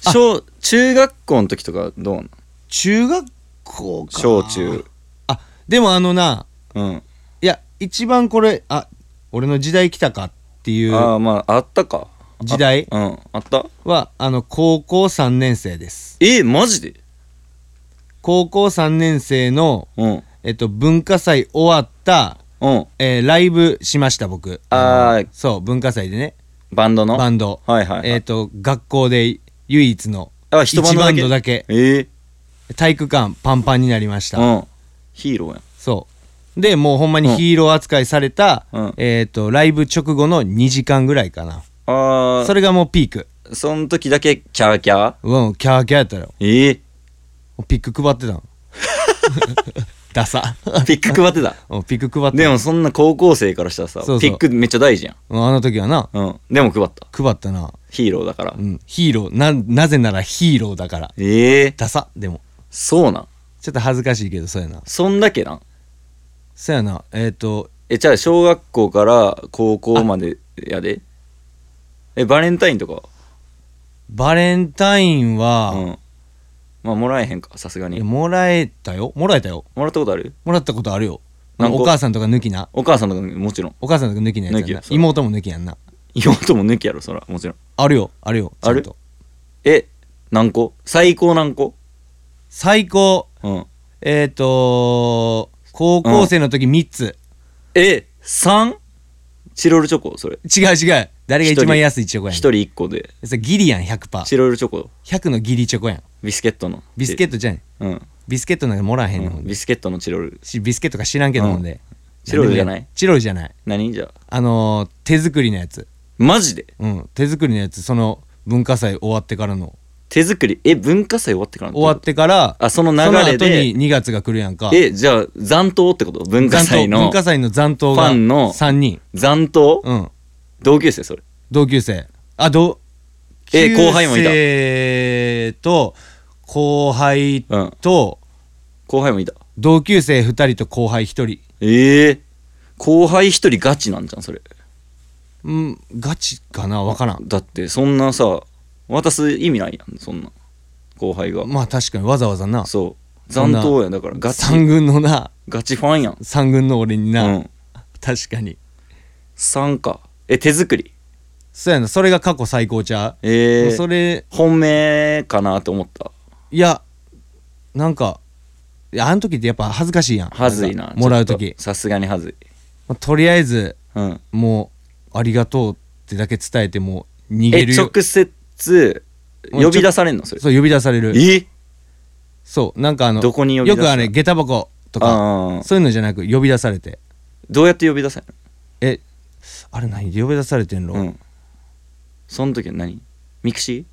Speaker 1: 小中学校の時とかどうなの
Speaker 2: 中学校かな
Speaker 1: 小中
Speaker 2: あでもあのな
Speaker 1: うん
Speaker 2: いや一番これあ俺の時代来たかっていう
Speaker 1: ああまああったか
Speaker 2: 時代
Speaker 1: あうんあった
Speaker 2: はあの高校3年生です
Speaker 1: えマジで
Speaker 2: 高校3年生の、
Speaker 1: うん
Speaker 2: えっと、文化祭終わった、
Speaker 1: うん
Speaker 2: えーライブしました僕
Speaker 1: あー
Speaker 2: のそう文化祭でね
Speaker 1: バンドの
Speaker 2: バンド、
Speaker 1: はいはいはい
Speaker 2: えっと学校で唯一の
Speaker 1: あ一バンドだけ
Speaker 2: 一だけ
Speaker 1: え
Speaker 2: 体育館パンパンになりまし
Speaker 1: え
Speaker 2: た、
Speaker 1: うんヒーローやん
Speaker 2: そうでもうほんまにヒーロー扱いされた、
Speaker 1: うん
Speaker 2: えっとライブ直後の2時間ぐらいかな
Speaker 1: あ
Speaker 2: それがもうピーク
Speaker 1: あその時だけキャーキャー
Speaker 2: うんキャーキャーやったよ
Speaker 1: ええ
Speaker 2: ピック配って たのダサ
Speaker 1: ピック配ってた
Speaker 2: うんピック配っ て
Speaker 1: でもそんな高校生からしたらさ
Speaker 2: そうそう
Speaker 1: ピックめっちゃ大事やん
Speaker 2: うんあの時はな
Speaker 1: うんでも配った
Speaker 2: 配ったな、
Speaker 1: ヒーローだから
Speaker 2: うん、ヒーローななぜならヒーローだから
Speaker 1: ええ
Speaker 2: ダサでも
Speaker 1: そうなん
Speaker 2: ちょっと恥ずかしいけどそうやな
Speaker 1: そんだけなん
Speaker 2: そうやなえっ、と
Speaker 1: えじゃあ小学校から高校までやでえバレンタインとか
Speaker 2: バレンタインは、
Speaker 1: うんまあもらえへんかさすが
Speaker 2: い
Speaker 1: に
Speaker 2: やもらえたよもらえたよ
Speaker 1: もらったことある
Speaker 2: もらったことあるよ
Speaker 1: 何個
Speaker 2: お母さんとか抜きな
Speaker 1: お母さんとかもちろん
Speaker 2: お母さんとか抜きなやつ
Speaker 1: 抜き
Speaker 2: やん
Speaker 1: や
Speaker 2: な
Speaker 1: そう
Speaker 2: 妹も抜きやんな
Speaker 1: 妹も抜きやろそらもちろん
Speaker 2: あるよあるよちゃんと
Speaker 1: え何個最高何個
Speaker 2: 最高
Speaker 1: うん
Speaker 2: えっ、ー、と高校生の時3つ、
Speaker 1: え 3? チロルチョコそれ
Speaker 2: 違う違う誰が
Speaker 1: 一人
Speaker 2: 一番安いチョコや
Speaker 1: 一
Speaker 2: ん
Speaker 1: 人一個で
Speaker 2: それギリやん 100%100
Speaker 1: チロルチョコ
Speaker 2: のギリチョコやん
Speaker 1: ビスケットの
Speaker 2: ビスケッ
Speaker 1: ト
Speaker 2: トじゃん
Speaker 1: うん、
Speaker 2: ビスケットなんかもらわへん
Speaker 1: う
Speaker 2: の、ほ
Speaker 1: ん
Speaker 2: んで
Speaker 1: ビスケットのチロル
Speaker 2: しビスケットか知らんけど
Speaker 1: うん
Speaker 2: ほんで、
Speaker 1: チロルじゃない
Speaker 2: チロルじゃない
Speaker 1: 何じゃあ
Speaker 2: あのー手作りのやつ
Speaker 1: マジで
Speaker 2: うん手作りのやつその文化祭終わってからの
Speaker 1: 手作りえ文化祭終わってからの
Speaker 2: 終わってから
Speaker 1: あその流れ
Speaker 2: その後に
Speaker 1: で
Speaker 2: 2月が来るやんか
Speaker 1: えじゃあ残党ってこと文化祭
Speaker 2: 残
Speaker 1: の
Speaker 2: 党文化祭の残党
Speaker 1: フ
Speaker 2: が
Speaker 1: ァンの
Speaker 2: 3人
Speaker 1: 残党、
Speaker 2: うん
Speaker 1: 同級生それ
Speaker 2: 同級生あ同
Speaker 1: え後輩もいた
Speaker 2: 同級生と後輩
Speaker 1: うん
Speaker 2: と
Speaker 1: 後輩もいた
Speaker 2: 同級生2人と後輩1人
Speaker 1: ええ後輩一人ガチなんじゃんそれ
Speaker 2: うんガチかな分からん
Speaker 1: だってそんなさ渡す意味ないやんそんな後輩が、
Speaker 2: まあ確かにわざわざな
Speaker 1: そう
Speaker 2: そん
Speaker 1: 残
Speaker 2: な
Speaker 1: 党やんだからガチ
Speaker 2: 三軍のな
Speaker 1: ガチファンやん
Speaker 2: 三軍の俺にな、
Speaker 1: うん
Speaker 2: 確かに
Speaker 1: 3かえ手作り
Speaker 2: そうやなそれが過去最高ちゃう、
Speaker 1: ええ
Speaker 2: それ
Speaker 1: 本命かなと思った
Speaker 2: いやなんかいやあの時ってやっぱ恥ずかしいやん
Speaker 1: はずいなん
Speaker 2: かもらう
Speaker 1: ちょっ
Speaker 2: 時
Speaker 1: とさすがにはずい
Speaker 2: まあとりあえず
Speaker 1: うん
Speaker 2: もうありがとうってだけ伝えてもう逃
Speaker 1: え
Speaker 2: げるよ
Speaker 1: 直接呼び出されんのそれ
Speaker 2: そう呼び出される
Speaker 1: え
Speaker 2: そうなんかあの
Speaker 1: どこに呼び出
Speaker 2: よ
Speaker 1: すの
Speaker 2: くあれ下駄箱とか
Speaker 1: ああ
Speaker 2: そういうのじゃなく呼び出されて
Speaker 1: どうやって呼び出される
Speaker 2: えあれ何で呼び出されてんの、
Speaker 1: のうんその時は何ミクシ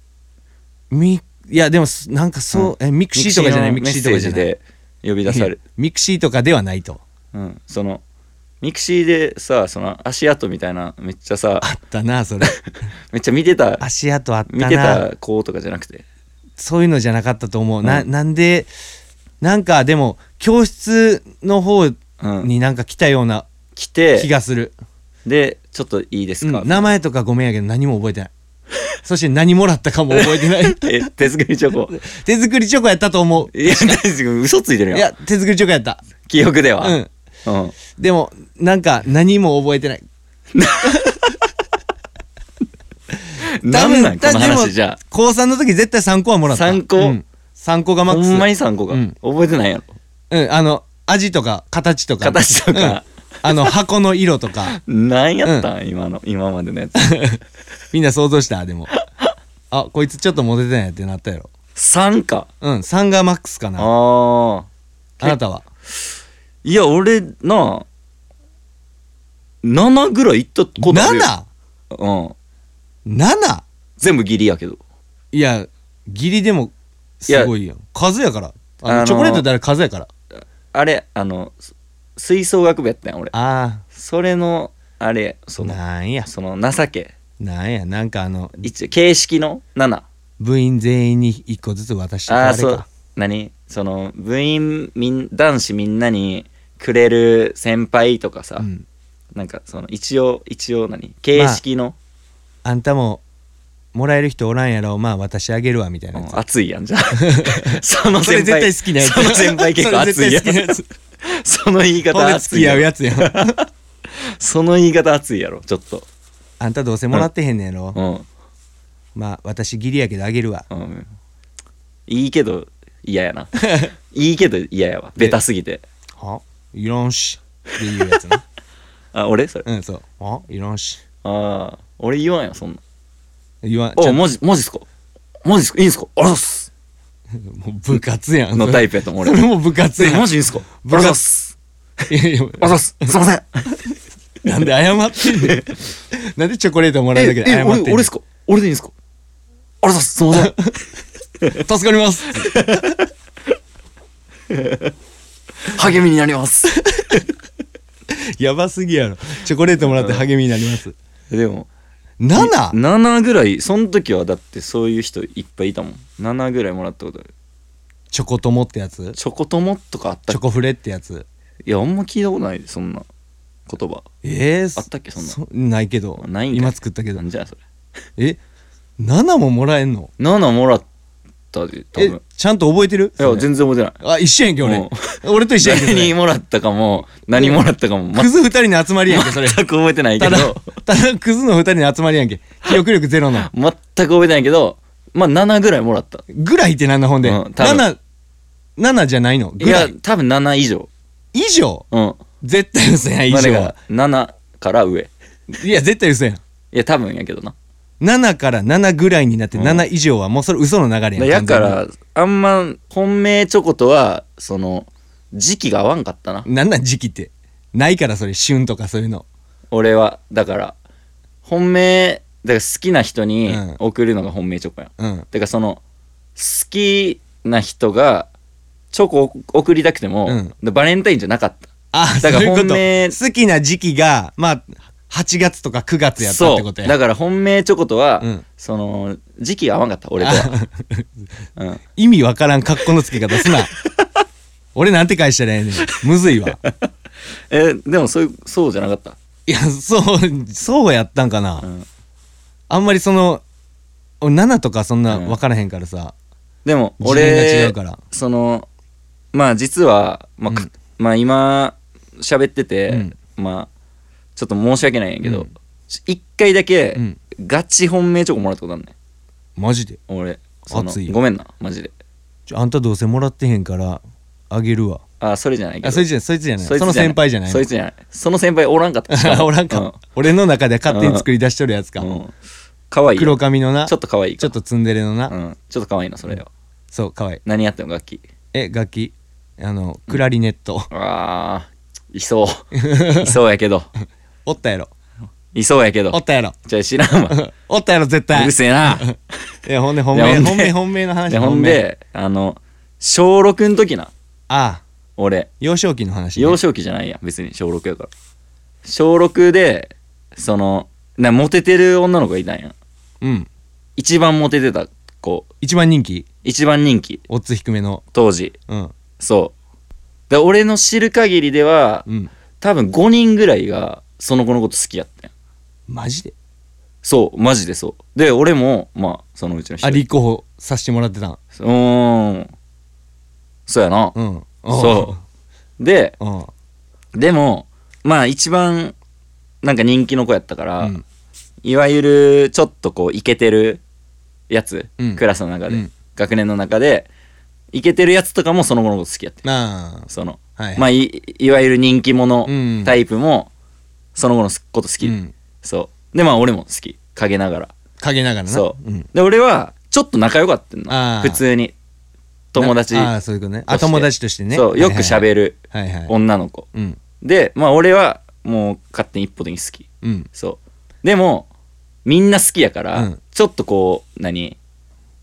Speaker 2: ミいやでもすなんかそう、えミ
Speaker 1: ー
Speaker 2: クシーとかじゃないミ
Speaker 1: ミ
Speaker 2: ク
Speaker 1: ク
Speaker 2: シ
Speaker 1: シー
Speaker 2: ーと
Speaker 1: のメッ
Speaker 2: か
Speaker 1: セ
Speaker 2: じゃ
Speaker 1: ージ
Speaker 2: ない
Speaker 1: で呼び出される
Speaker 2: いやミクシーとかではないと
Speaker 1: うんそのミクシーでさその足跡みたいなめっちゃさ
Speaker 2: あった なそれ
Speaker 1: めっちゃ見てた
Speaker 2: 足跡あった
Speaker 1: 見
Speaker 2: な
Speaker 1: てた子とかじゃなくて
Speaker 2: そういうのじゃなかったと思う、な
Speaker 1: うん
Speaker 2: なんでなんかでも教室の方
Speaker 1: うん
Speaker 2: になんか来たような
Speaker 1: 来
Speaker 2: 気
Speaker 1: て
Speaker 2: がする、
Speaker 1: でちょっといいですか
Speaker 2: うん名前とかごめんやけど何も覚えてない そして何もらったかも覚えてない
Speaker 1: え手作りチョコ
Speaker 2: 手作りチョコやったと思う
Speaker 1: いや手作り嘘ついてる
Speaker 2: い
Speaker 1: やん
Speaker 2: や手作りチョコやった
Speaker 1: 記憶では
Speaker 2: うん
Speaker 1: うん
Speaker 2: でもなんか何も覚えてない
Speaker 1: 何なんこの
Speaker 2: でも
Speaker 1: 話じゃ
Speaker 2: 高3の時絶対3個はもらった
Speaker 1: 三個
Speaker 2: うん、3個が
Speaker 1: あ
Speaker 2: マッ
Speaker 1: ほ
Speaker 2: クス
Speaker 1: んまに3個が
Speaker 2: うん
Speaker 1: 覚えてないやろ
Speaker 2: うん、あの味とか形とか
Speaker 1: 形とか
Speaker 2: うんあの箱の色とか
Speaker 1: 何やったん今の今までのやつ
Speaker 2: みんな想像したでもあこいつちょっとモテてないってなったやろ
Speaker 1: 3か
Speaker 2: うん3がマックスかなあ
Speaker 1: ああ
Speaker 2: なたはい
Speaker 1: や俺な7ぐらい行ったことあるよ
Speaker 2: 7?7?
Speaker 1: うん全部義理やけど
Speaker 2: いや義理でもすごいよ数やからあの、
Speaker 1: あのー
Speaker 2: チョコレートってあれ数やから
Speaker 1: あれあのす吹奏楽部やったんや俺
Speaker 2: あ
Speaker 1: それのあれ
Speaker 2: あ
Speaker 1: その
Speaker 2: なんや
Speaker 1: その情け
Speaker 2: なんやなんかあの
Speaker 1: 一応形式の7
Speaker 2: 部員全員に1個ずつ渡して
Speaker 1: あ
Speaker 2: あ
Speaker 1: あ
Speaker 2: れ
Speaker 1: そう
Speaker 2: か
Speaker 1: 何その部員みん男子みんなにくれる先輩とかさ、
Speaker 2: うん、
Speaker 1: なんかその一応一応何形式の、
Speaker 2: あんたももらえる人おらんやろまあ私あげるわみたいなやつ
Speaker 1: うん熱いやん じゃんその
Speaker 2: それ
Speaker 1: 先
Speaker 2: 絶対
Speaker 1: 輩
Speaker 2: 好きなやつ
Speaker 1: その先輩結構熱いやん
Speaker 2: それ絶対好きなやつ
Speaker 1: その言い
Speaker 2: ほん
Speaker 1: 方
Speaker 2: で付
Speaker 1: 熱い
Speaker 2: き合
Speaker 1: や
Speaker 2: う
Speaker 1: ろ
Speaker 2: やつやん
Speaker 1: その言い方熱いやろちょっと
Speaker 2: あんたどうせもらってへんねやろ、
Speaker 1: うん、
Speaker 2: まあ私ギリやけどあげるわ
Speaker 1: うん、いいけど嫌 やないいけど嫌やわベタすぎて
Speaker 2: はいらんしっていうや つな
Speaker 1: あ俺それ、
Speaker 2: うんそうはいらんし
Speaker 1: ああ俺言わんよそんな
Speaker 2: 言わんち
Speaker 1: お
Speaker 2: ゃんも
Speaker 1: マジマジっすかマジっすかいいんすかあらっす
Speaker 2: う部活やん
Speaker 1: の
Speaker 2: それ
Speaker 1: タイプやと思う
Speaker 2: そ
Speaker 1: 俺
Speaker 2: れも部活やん
Speaker 1: えマジいいんすかあ
Speaker 2: 部
Speaker 1: ら
Speaker 2: 活
Speaker 1: っす
Speaker 2: いやいや
Speaker 1: あらっすすいません
Speaker 2: なんで謝ってん ねんなんでチョコレートもらうだけで謝ってんねん
Speaker 1: 俺俺っすか俺でいいんすかあらっすすいません
Speaker 2: 助かります
Speaker 1: 励みになります
Speaker 2: やばすぎやろチョコレートもらって励みになります
Speaker 1: でも
Speaker 2: 7?
Speaker 1: 7ぐらいその時はだってそういう人いっぱいいたもん7ぐらいもらったことある
Speaker 2: チョコ友ってやつ
Speaker 1: チョコ友とかあった
Speaker 2: チ
Speaker 1: っ
Speaker 2: ョコフレってやつ
Speaker 1: けいやあんま聞いたことないでそんな言葉
Speaker 2: えー、
Speaker 1: あったっけそんな
Speaker 2: ないけど
Speaker 1: ないんかい
Speaker 2: 今作ったけど
Speaker 1: なんじゃそれ
Speaker 2: え7ももらえんの
Speaker 1: 7もらっったで多
Speaker 2: え
Speaker 1: 分
Speaker 2: ちゃんと覚えてる
Speaker 1: いや全然覚えてない
Speaker 2: あ一緒やんけ俺、俺と一緒やんけ
Speaker 1: 誰
Speaker 2: それ
Speaker 1: にもらったかも何もらったか も
Speaker 2: クズ二人の集まりやんけそれ
Speaker 1: 全く覚えてないけ
Speaker 2: ただ
Speaker 1: ど
Speaker 2: ただクズの二人の集まりやんけ記憶力ゼロの
Speaker 1: 全く覚えてないけどまあ7ぐらいもらった
Speaker 2: ぐらいってなんだほんで、
Speaker 1: うん多分
Speaker 2: 七七じゃないの
Speaker 1: い
Speaker 2: ぐら
Speaker 1: や
Speaker 2: い
Speaker 1: 多分7以上
Speaker 2: 以上
Speaker 1: うん
Speaker 2: 絶対嘘やん以
Speaker 1: まあ
Speaker 2: 上
Speaker 1: だ
Speaker 2: は
Speaker 1: から7から上
Speaker 2: いや絶対嘘やん
Speaker 1: いや多分やけどな
Speaker 2: 7から7ぐらいになって
Speaker 1: うん
Speaker 2: 7以上はもうそれ嘘の流れや
Speaker 1: や
Speaker 2: ん
Speaker 1: か
Speaker 2: 完
Speaker 1: らあんま本命チョコとはその時期が合わんかったな
Speaker 2: 全になんなん時期ってないからそれ旬とかそういうの
Speaker 1: 俺はだから本命だから好きな人に
Speaker 2: うん
Speaker 1: 送るのが本命チョコやん、
Speaker 2: うん
Speaker 1: だからその好きな人がチョコを送りたくても、
Speaker 2: うん
Speaker 1: でバレンタインじゃなかった
Speaker 2: ああ
Speaker 1: だから
Speaker 2: そういうこと
Speaker 1: 本命
Speaker 2: 好きな時期がまあ8月とか9月やったっ
Speaker 1: そ
Speaker 2: てこ
Speaker 1: う
Speaker 2: とや
Speaker 1: だから本命チョコとは、
Speaker 2: うん
Speaker 1: その時期が合わんかった俺と は、うん、
Speaker 2: 意味わからん格好のつけ方 すな俺なんて返したらええねんむずいわ
Speaker 1: えでもそういうそうじゃなかった
Speaker 2: いやそうそうやったんかな、
Speaker 1: ん
Speaker 2: あんまりその俺7とかそんな分からへんからさ、
Speaker 1: でも
Speaker 2: 次元が違
Speaker 1: 俺
Speaker 2: うから
Speaker 1: そのまあ実は、まあかまあ今喋ってて、
Speaker 2: うん
Speaker 1: まあちょっと申し訳ないんやけ
Speaker 2: う
Speaker 1: ど
Speaker 2: ん
Speaker 1: ち一、回だけ、
Speaker 2: うん
Speaker 1: ガチ本命チョコもらったことあんねん
Speaker 2: マジで
Speaker 1: 俺その
Speaker 2: 熱いよ
Speaker 1: ごめんなマジで
Speaker 2: ちょあんたどうせもらってへんからあげるわ
Speaker 1: あそれじゃないけど
Speaker 2: あそいつじゃないそいつじゃない
Speaker 1: そ
Speaker 2: そ
Speaker 1: いつ
Speaker 2: の
Speaker 1: じゃない
Speaker 2: 先輩じゃない
Speaker 1: そいつじゃないその先輩おらんかったしも
Speaker 2: おらんか、俺の中で勝手に作り出しとるやつか、
Speaker 1: うんうんかわいい
Speaker 2: 黒髪のな
Speaker 1: ちょっとかわいい
Speaker 2: ちょっとツンデレのな、
Speaker 1: うん、ちょっとかわいいなそれよ
Speaker 2: そうかわいい
Speaker 1: 何やっても楽器
Speaker 2: え楽器あのクラリネット、
Speaker 1: あーいそう いそうやけど
Speaker 2: おったやろ
Speaker 1: いそうやけど
Speaker 2: おったやろ
Speaker 1: じゃあ知らんわう
Speaker 2: おったやろ絶対
Speaker 1: るせえな
Speaker 2: えほんで本
Speaker 1: いやほ
Speaker 2: 命
Speaker 1: んで
Speaker 2: 本命本命の話
Speaker 1: でほん
Speaker 2: 命
Speaker 1: であの小6の時な
Speaker 2: ああ
Speaker 1: 俺
Speaker 2: 幼少期の話、ね、
Speaker 1: 幼少期じゃないやん別に小6やから小6でそのなモテてる女の子がいたんや
Speaker 2: うん
Speaker 1: 一番モテてた子
Speaker 2: 一番人気
Speaker 1: 一番人気
Speaker 2: オッズ低めの
Speaker 1: 当時
Speaker 2: うん
Speaker 1: そうで俺の知る限りでは
Speaker 2: うん
Speaker 1: 多分5人ぐらいがその子のこと好きやったんや
Speaker 2: マジで
Speaker 1: そうマジでそうで俺もまあそのうちの一人
Speaker 2: あ立候補させてもらってたん
Speaker 1: うーんそうやな、
Speaker 2: うん
Speaker 1: そで
Speaker 2: ううん
Speaker 1: でもまあ一番なんか人気の子やったから、
Speaker 2: うん
Speaker 1: いわゆるちょっとこうイケてるやつ、
Speaker 2: うん
Speaker 1: クラスの中で、
Speaker 2: うん
Speaker 1: 学年の中でイケてるやつとかもその後のこと好きやって
Speaker 2: な
Speaker 1: その、
Speaker 2: あはい
Speaker 1: まあいいわゆる人気者
Speaker 2: うん
Speaker 1: タイプもその後のこと好き、
Speaker 2: うん
Speaker 1: そうでまあ俺も好き陰ながら
Speaker 2: 陰ながらな
Speaker 1: そう、
Speaker 2: ん
Speaker 1: で俺はちょっと仲良かったの
Speaker 2: あー
Speaker 1: 普通に友達
Speaker 2: なああそういうことねあ
Speaker 1: として
Speaker 2: 友達としてね
Speaker 1: そうよく喋る
Speaker 2: はいはいはい、はいはい、
Speaker 1: 女の子、
Speaker 2: うん
Speaker 1: でまあ俺はもう勝手に一歩的に好き
Speaker 2: うん
Speaker 1: そうでもみんな好きやから、
Speaker 2: うん
Speaker 1: ちょっとこう何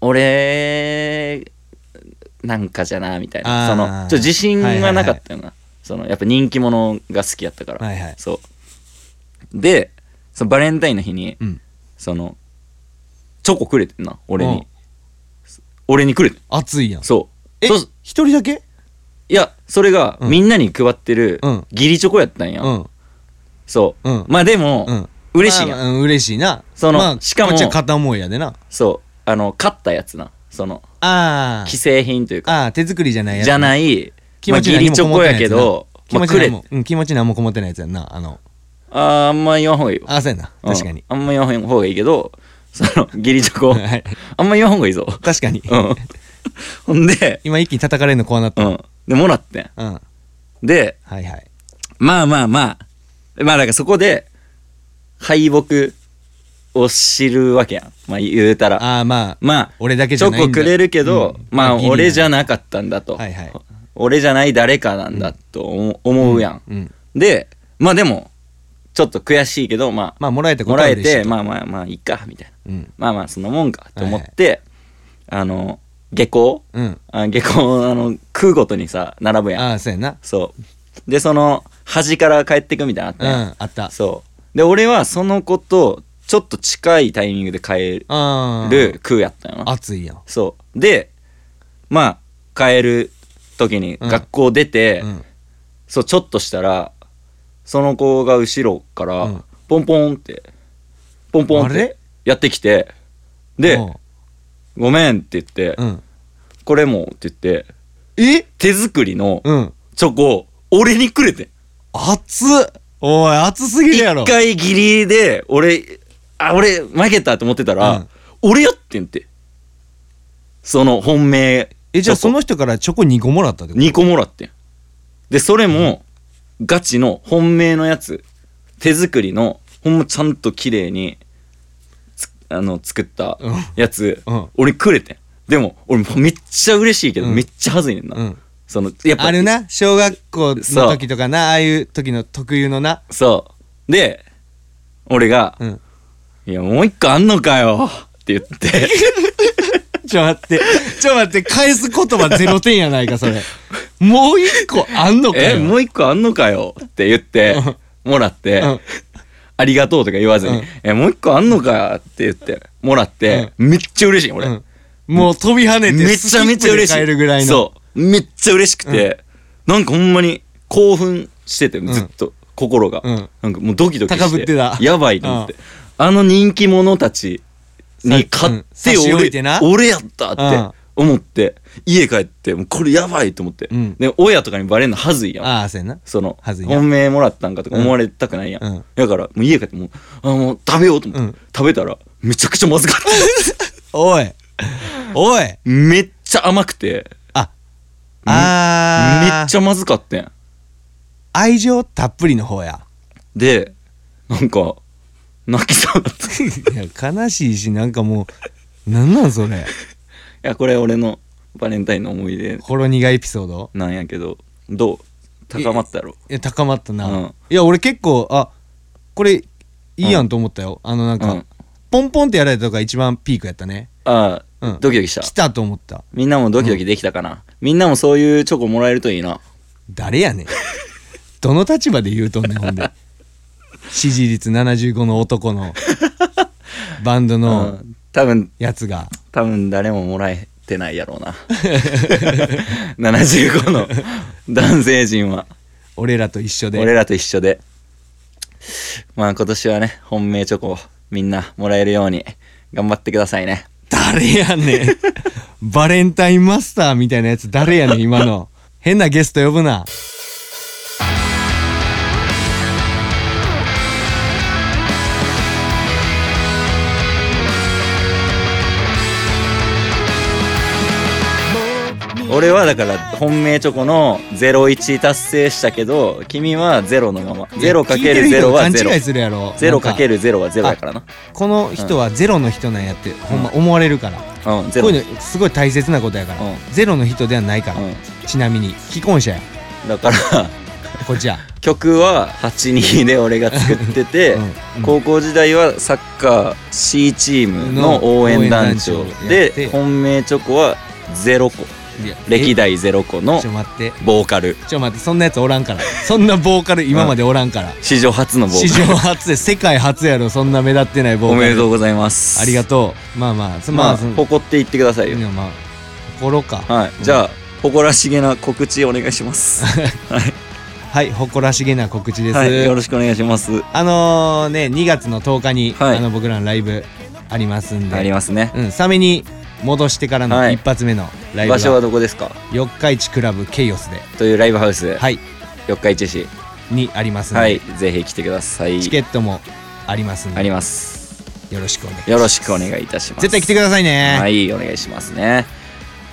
Speaker 1: 俺なんかじゃなみたいな
Speaker 2: あー
Speaker 1: そのちょっと自信はなかったよな、そのやっぱ人気者が好きやったから、
Speaker 2: はいはい
Speaker 1: そうでそのバレンタインの日に、
Speaker 2: うん
Speaker 1: そのチョコくれてんな俺
Speaker 2: うん
Speaker 1: に俺にくれてん
Speaker 2: 熱いやん
Speaker 1: そう
Speaker 2: え
Speaker 1: そう
Speaker 2: 一人だけ
Speaker 1: いやそれが
Speaker 2: うん
Speaker 1: みんなに配ってる
Speaker 2: うん
Speaker 1: 義理チョコやったんや、
Speaker 2: うん
Speaker 1: そう、
Speaker 2: うん
Speaker 1: まあでも、
Speaker 2: うん
Speaker 1: 嬉しいやん、
Speaker 2: まあうん嬉しいな
Speaker 1: その
Speaker 2: まあ
Speaker 1: しかも
Speaker 2: こっちは片思いやでな
Speaker 1: そうあの買ったやつなその
Speaker 2: あー
Speaker 1: 既製品というか
Speaker 2: あー手作りじゃないやつ
Speaker 1: じゃない
Speaker 2: 気持ち
Speaker 1: まあ、義
Speaker 2: 何
Speaker 1: 理
Speaker 2: も
Speaker 1: チ
Speaker 2: こ
Speaker 1: ョ
Speaker 2: もっ
Speaker 1: コ
Speaker 2: てない
Speaker 1: や
Speaker 2: や
Speaker 1: け
Speaker 2: つやな
Speaker 1: ど、
Speaker 2: 気
Speaker 1: ま
Speaker 2: 持
Speaker 1: あ、
Speaker 2: ち
Speaker 1: く
Speaker 2: 何
Speaker 1: れ
Speaker 2: もうん気持ち何もこもってないやつやんなあの
Speaker 1: あーあんま言わんほうがいいよ
Speaker 2: あそうやな
Speaker 1: うん
Speaker 2: 確かに
Speaker 1: あんま言わんほうがいいけどその義理チョコ
Speaker 2: はい
Speaker 1: あんま言わんほうがいいぞ
Speaker 2: 確かに
Speaker 1: うんほんで
Speaker 2: 今一気に叩かれるの怖なっ
Speaker 1: う
Speaker 2: たうん
Speaker 1: んでもらってん
Speaker 2: はい
Speaker 1: で
Speaker 2: はい
Speaker 1: まあまあまあまあだからそこで敗北を知るわけやんまあ言うたら
Speaker 2: ああまあ
Speaker 1: まあ
Speaker 2: 俺だけ
Speaker 1: チ
Speaker 2: じゃ
Speaker 1: ョ
Speaker 2: ないん
Speaker 1: コ
Speaker 2: だ
Speaker 1: くれるけど、
Speaker 2: うん
Speaker 1: まあ
Speaker 2: ギリ
Speaker 1: 俺じゃなかったんだと、
Speaker 2: はいはい
Speaker 1: 俺じゃない誰かなんだと思思うやん、
Speaker 2: うん
Speaker 1: でまあでもちょっと悔しいけどまあ、
Speaker 2: まあもらえたこ
Speaker 1: も
Speaker 2: と
Speaker 1: ら
Speaker 2: は
Speaker 1: え
Speaker 2: 嬉しい
Speaker 1: て
Speaker 2: と
Speaker 1: まあまあまあいいかみたいな
Speaker 2: うん
Speaker 1: まあまあそんなもんかと思って、あの下校
Speaker 2: うん
Speaker 1: あ下校あの食うごとにさ並ぶやん
Speaker 2: ああそうやな
Speaker 1: そうでその端から帰ってくみたいなのあっ
Speaker 2: う
Speaker 1: た
Speaker 2: ん
Speaker 1: やん
Speaker 2: あった
Speaker 1: そうで俺はその子とちょっと近いタイミングで帰
Speaker 2: あ
Speaker 1: る食うやったよな
Speaker 2: 熱いやん
Speaker 1: そうでまあ帰る時に
Speaker 2: うん
Speaker 1: 学校出て、
Speaker 2: うん
Speaker 1: そうちょっとしたらその子が後ろか
Speaker 2: う
Speaker 1: ら
Speaker 2: ん
Speaker 1: ポンポンってポンポンっ
Speaker 2: あれ
Speaker 1: てやってきてで
Speaker 2: う
Speaker 1: 「ごめん」って言って
Speaker 2: んうん
Speaker 1: これも」って言って
Speaker 2: え
Speaker 1: 手作りの
Speaker 2: うん。
Speaker 1: チョコを俺にくれてん
Speaker 2: 熱っおい、熱すぎるやろ。
Speaker 1: 一回ギリで俺あ俺負けたと思ってたら、
Speaker 2: うん
Speaker 1: 俺やってんってその本命
Speaker 2: え、じゃあ
Speaker 1: チョ
Speaker 2: そ
Speaker 1: コ
Speaker 2: の人からチョコ2個もらったってこと
Speaker 1: 2個もらってんでそれもガチの本命のやつ手作りのほんまちゃんと綺麗につあの作った
Speaker 2: うん
Speaker 1: やつ、
Speaker 2: うん
Speaker 1: 俺くれてんでも俺もうめっちゃ嬉しいけど、
Speaker 2: うん
Speaker 1: めっちゃ恥ずいねんな、
Speaker 2: うん。
Speaker 1: そのやっぱ
Speaker 2: あるな、小学校
Speaker 1: そ
Speaker 2: の
Speaker 1: う
Speaker 2: 時とかな、ああいう時の特有のな。
Speaker 1: そうで俺が
Speaker 2: うん。
Speaker 1: 「いやもう一個あんのかよ」って言って
Speaker 2: ちょ待って、ちょ待って、返す言葉ゼロ点やないか、それ。もう一個あんのかよ。
Speaker 1: え、もう一個あんのかよって言って、もらって、
Speaker 2: うん
Speaker 1: ありがとうとか言わずに、
Speaker 2: うん
Speaker 1: え、もう一個あんのかって言って、もらって、めっちゃ嬉しい、俺。
Speaker 2: うんもう飛び跳ねて、
Speaker 1: めちゃめちゃ嬉し
Speaker 2: スキップで
Speaker 1: い。
Speaker 2: 帰るぐらいの。
Speaker 1: そう。めっちゃ嬉しくて、なんかほんまに興奮してて、
Speaker 2: ん
Speaker 1: ずっと、心が、
Speaker 2: うん
Speaker 1: なんかもうドキドキして。
Speaker 2: 高ぶってた
Speaker 1: やばいと思って。あの人気者たちに買っ
Speaker 2: さう
Speaker 1: て
Speaker 2: ん差し置
Speaker 1: 俺、
Speaker 2: いてな
Speaker 1: 俺やったって思って、家帰って、もうこれやばいと思って。
Speaker 2: うん
Speaker 1: で、親とかにバレんのはずいやん。
Speaker 2: ああ、そうやな。
Speaker 1: その
Speaker 2: はずいな
Speaker 1: 本命もらったんかとか思われたくないやん、
Speaker 2: うん
Speaker 1: だからもう家帰ってもうあもう食べようと思って、
Speaker 2: うん
Speaker 1: 食べたらめちゃくちゃまずかった
Speaker 2: おい。おい。
Speaker 1: めっちゃ甘くて
Speaker 2: あ、
Speaker 1: め
Speaker 2: あー
Speaker 1: めっちゃまずかったん
Speaker 2: 愛情たっぷりの方や。
Speaker 1: でなんか泣きそうだったい
Speaker 2: いや、悲しいし、なんかもう、なんなんそれ。
Speaker 1: やこれ俺のバレンタインの思い出
Speaker 2: ほろ苦エピソード
Speaker 1: なんやけどどう高まったやろ
Speaker 2: いや、高まったな。
Speaker 1: うん
Speaker 2: いや、俺結構、あ、これ、いいやんと思ったよ。あの、なんか、
Speaker 1: うん
Speaker 2: ポンポンってやられたとか一番ピークやったね。
Speaker 1: ああ、
Speaker 2: うん
Speaker 1: ドキドキした
Speaker 2: 来たと思った。
Speaker 1: みんなもドキドキできたかな、みんなもそういうチョコもらえるといいな
Speaker 2: 誰やね ん。どの立場で言うとんねん、ほんで。支持率75の男の、バン ド
Speaker 1: う
Speaker 2: の
Speaker 1: 多分
Speaker 2: やつが。
Speaker 1: 多分誰ももらえてないやろうな 75の男性陣は
Speaker 2: 俺らと一緒で。
Speaker 1: 俺らと一緒でまあ今年はね本命チョコをみんなもらえるように頑張ってくださいね
Speaker 2: 誰やねんバレンタインマスターみたいなやつ誰やねん今の変なゲスト呼ぶな
Speaker 1: 俺はだから本命チョコの01達成したけど君は0のまま 0×0 は
Speaker 2: 聞いてる人が勘違い
Speaker 1: 0
Speaker 2: するやろなんか
Speaker 1: 0×0 は0やからな
Speaker 2: この人はゼロの人なんやって、ほんま思われるから
Speaker 1: うんゼ
Speaker 2: こ
Speaker 1: ロ
Speaker 2: ういうのすごい大切なことやから、
Speaker 1: うん
Speaker 2: ゼロの人ではないから、
Speaker 1: うん
Speaker 2: ちなみに既婚者や
Speaker 1: だから
Speaker 2: こっちや
Speaker 1: 曲は82で俺が作ってて、
Speaker 2: うんうん
Speaker 1: 高校時代はサッカー C チームの応援団長
Speaker 2: 応援団長やって
Speaker 1: で本命チョコはゼロ個
Speaker 2: いや
Speaker 1: 歴
Speaker 2: え
Speaker 1: 代ゼロ個の
Speaker 2: ちょ待って
Speaker 1: ボーカル
Speaker 2: ちょ待ってそんなやつおらんからそんなボーカル今までおらんから、
Speaker 1: 史上初のボ
Speaker 2: 史
Speaker 1: ー
Speaker 2: 上
Speaker 1: カル
Speaker 2: 初で世界初やろそんな目立ってないボーカ
Speaker 1: お
Speaker 2: ル
Speaker 1: めでとうございます
Speaker 2: ありが
Speaker 1: と
Speaker 2: とうまあまあそ
Speaker 1: まあ
Speaker 2: その
Speaker 1: 誇っていってくださいよ、
Speaker 2: いやまあ心か
Speaker 1: はい、
Speaker 2: うん
Speaker 1: じゃあ誇らしげな告知お願いしますはい、
Speaker 2: はい誇らしげな告知 です、
Speaker 1: はい、よろしくお願いします
Speaker 2: あのーね2月の10日に、
Speaker 1: はい
Speaker 2: あの僕らのライブありますんで
Speaker 1: ありますね
Speaker 2: うん、サメに戻してからの
Speaker 1: はい
Speaker 2: 一発目のライブ
Speaker 1: 場所は
Speaker 2: は
Speaker 1: どこですか
Speaker 2: 四日市クラブケイオスで
Speaker 1: というライブハウス、
Speaker 2: はい
Speaker 1: 四日市市
Speaker 2: にありますんで、
Speaker 1: はいぜひ来てください
Speaker 2: チケットもありますん
Speaker 1: あ
Speaker 2: で
Speaker 1: ります
Speaker 2: よろしくお願いします
Speaker 1: よろしくお願いいたします。
Speaker 2: 絶対来てくださいね、
Speaker 1: はい、お願いしますね。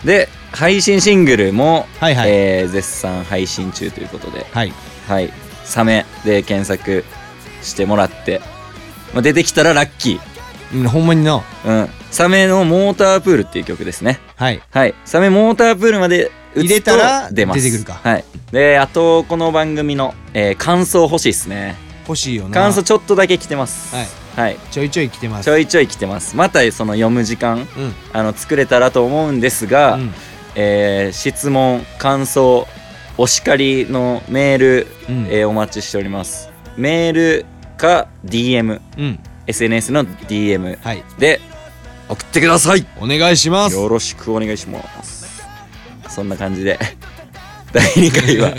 Speaker 1: で、配信シングルも、
Speaker 2: はいはい
Speaker 1: えー絶賛配信中ということで、
Speaker 2: はい
Speaker 1: はい、サメで検索してもらって、まあ、出てきたらラッキ
Speaker 2: うんほんまにの
Speaker 1: ー。うん。サメのモータープールっていう曲ですね。
Speaker 2: はい
Speaker 1: はい。サメモータープールまで打つと
Speaker 2: 入れたら
Speaker 1: 出ます。
Speaker 2: 出てくるか
Speaker 1: はい。で、あと、この番組の、えー感想欲しいですね。
Speaker 2: 欲しいよな
Speaker 1: 感想ちょっとだけ来てます。
Speaker 2: はい。
Speaker 1: はい。
Speaker 2: ちょいちょい来てます
Speaker 1: ちょいちょい来てます。またその読む時間。
Speaker 2: うん
Speaker 1: あの作れたらと思うんですが、
Speaker 2: うん
Speaker 1: えー質問感想お叱りのメール、
Speaker 2: うん
Speaker 1: えーお待ちしておりますメールか DMSNS
Speaker 2: うん
Speaker 1: の DM
Speaker 2: はい
Speaker 1: で送ってください
Speaker 2: お願いします
Speaker 1: よろしくお 願いしますそんな感じで第2回は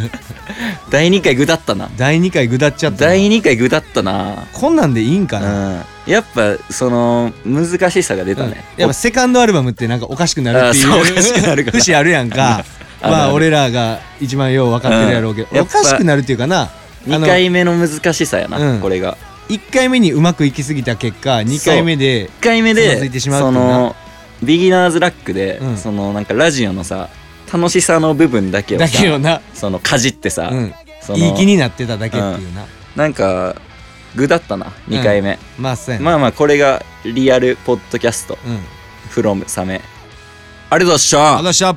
Speaker 1: 第2回ぐだったな
Speaker 2: 第2回下っちゃったな
Speaker 1: 第2回ぐだったな
Speaker 2: こんなんでいいんか
Speaker 1: う
Speaker 2: な、
Speaker 1: んやっぱその難しさが出たね、
Speaker 2: やっぱセカンドアルバムってなんかおかしくなるってい
Speaker 1: あーそうおかしくなる
Speaker 2: う
Speaker 1: から
Speaker 2: 節あるやんか
Speaker 1: ある
Speaker 2: ま
Speaker 1: あ
Speaker 2: あ
Speaker 1: る
Speaker 2: 俺らが一番よう分かってるやろうけど、
Speaker 1: うんやっ
Speaker 2: お
Speaker 1: ぱ
Speaker 2: かしくなるっていうかなあ
Speaker 1: 2
Speaker 2: の
Speaker 1: 回目の難しさやな、
Speaker 2: うん
Speaker 1: これが
Speaker 2: 1回目にうまくいきすぎた結果2回目で
Speaker 1: 1回目
Speaker 2: つまずい
Speaker 1: で
Speaker 2: てしまうってい
Speaker 1: そう
Speaker 2: な
Speaker 1: のビギナーズラックで、
Speaker 2: うん
Speaker 1: そのなんかラジオのさ楽しさの部分だけをさ
Speaker 2: だけよな、
Speaker 1: そのかじってさ、
Speaker 2: うん、
Speaker 1: その
Speaker 2: いい気になってただけっていうな、
Speaker 1: なんか具だったな2回目、
Speaker 2: まあそうやな、
Speaker 1: まあまあこれがリアルポッドキャスト
Speaker 2: うん、
Speaker 1: フロムサメありがとうございました
Speaker 2: あざっしゃ